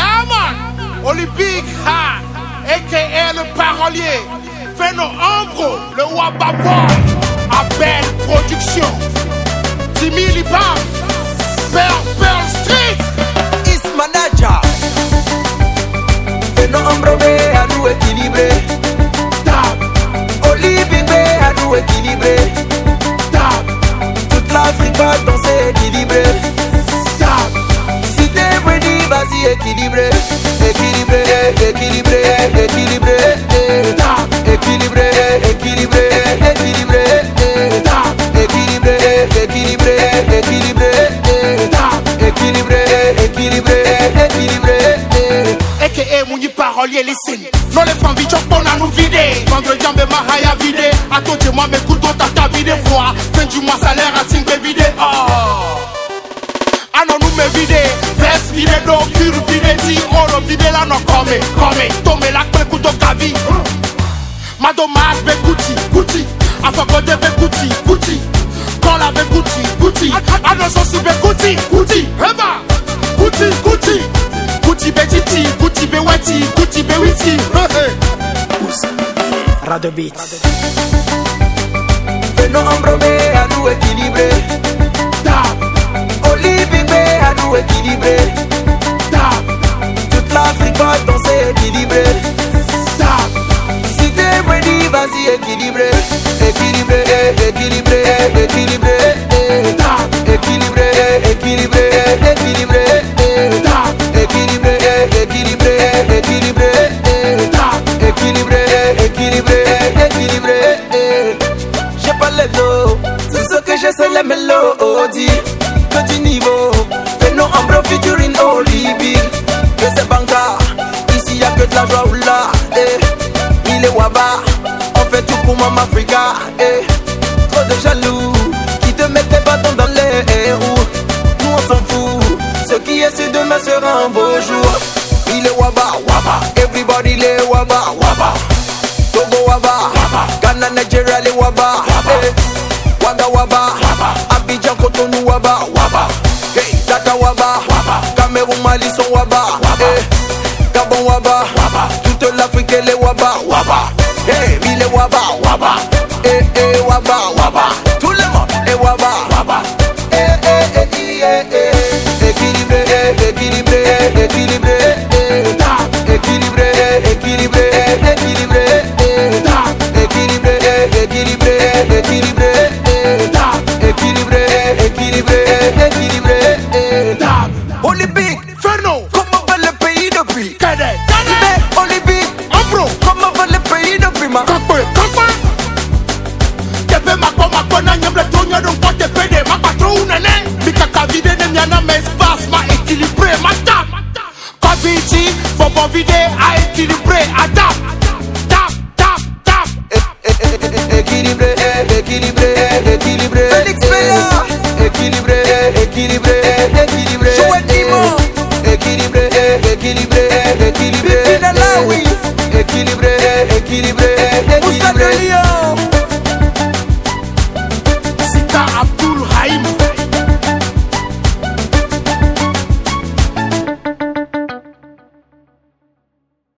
Woman, Olympique Ha, a.k.a. le parolier, Feno Ambro, le Wababo, Abel Production, Timmy Libam, Purple Street, Is Manager, Feno Ambro, Béadou équilibré, Dab, Olympique Béadou équilibré, Dab, toute l'Afrique va danser équilibré, Dab vas-y équilibré, équilibré, équilibré, équilibré, équilibré, équilibré, équilibré, équilibré, équilibré, équilibré, équilibré, équilibré, équilibré. AKA Mouni parolier listen Non les femmes vides on à nous vider Vendredi on mahaya vider À toi de moi mes couteaux t'as ta vidé Fois fin du mois salaire à 5 vidé Oh Ah ano nu me vide Vest vide do kir vide ti oro vide la no come come Tome la kpe kuto kavi Mado mas be kuti kuti Afakode be kuti kuti Kola be kuti kuti Ano sosi be kuti kuti Heba kuti kuti Kuti be titi kuti be weti kuti be witi Rado beat Venom brome anu equilibre Dab Olibibé à nous équilibré. Dab. Toute l'Afrique va danser équilibré. Dab. Si t'es ready, vas-y eh, équilibré. Équilibré, équilibré, équilibré. Dab. Équilibré, équilibré, équilibré. Dab. Équilibré, équilibré, équilibré. eh, Dab. Équilibré, équilibré, équilibré. eh, J'ai pas les dos. Tout ce que j'ai, c'est les mélodies petit niveau. Fais-nous en profituring au Libye. Que c'est banca, ici y'a que de la joie ou là. Eh. Il est Waba, on fait tout pour Maman Africa. Eh. Trop de jaloux qui te mettent tes bâtons dans les roues. Nous on s'en fout, ce qui est sûr demain sera un beau jour. Il est Waba, Waba, everybody les Waba, Waba. Togo Waba, Waba. Ghana, Nigeria les Waba. Waba. Eh. Wada Waba, Waba. Abidjan, Cotonou Waba. Malisson Waba, waba. Eh, Gabon Waba, waba. toute l'Afrique elle est Waba, Waba, hey, il est Waba, Waba, eh, eh, Waba, Waba, tout le monde est Waba, Waba, eh, eh, eh, eh, eh, équilibré, équilibré, équilibré, eh, équilibré, équilibré, équilibré, eh, équilibré, équilibré, équilibré, eh, équilibré, équilibré, équilibré, eh, Olympique. Feno, comment va le pays depuis Cadet, Cadet, Olympique, Ambro, comment va le pays depuis ma Kapé, Kapé, Tepe mako mako na nyemle tonyo don pote pede ma patro unene Mikaka vide ne miana me espace ma équilibré ma tap Kabichi, bobo vide a équilibré a tap Tap, tap, tap Équilibré, équilibré, équilibré Félix Péa Équilibré, équilibré, équilibré Jouet Dimon Équilibré, équilibré, équilibré Bébé Nalawi Équilibré, équilibré, équilibré Moussa Delia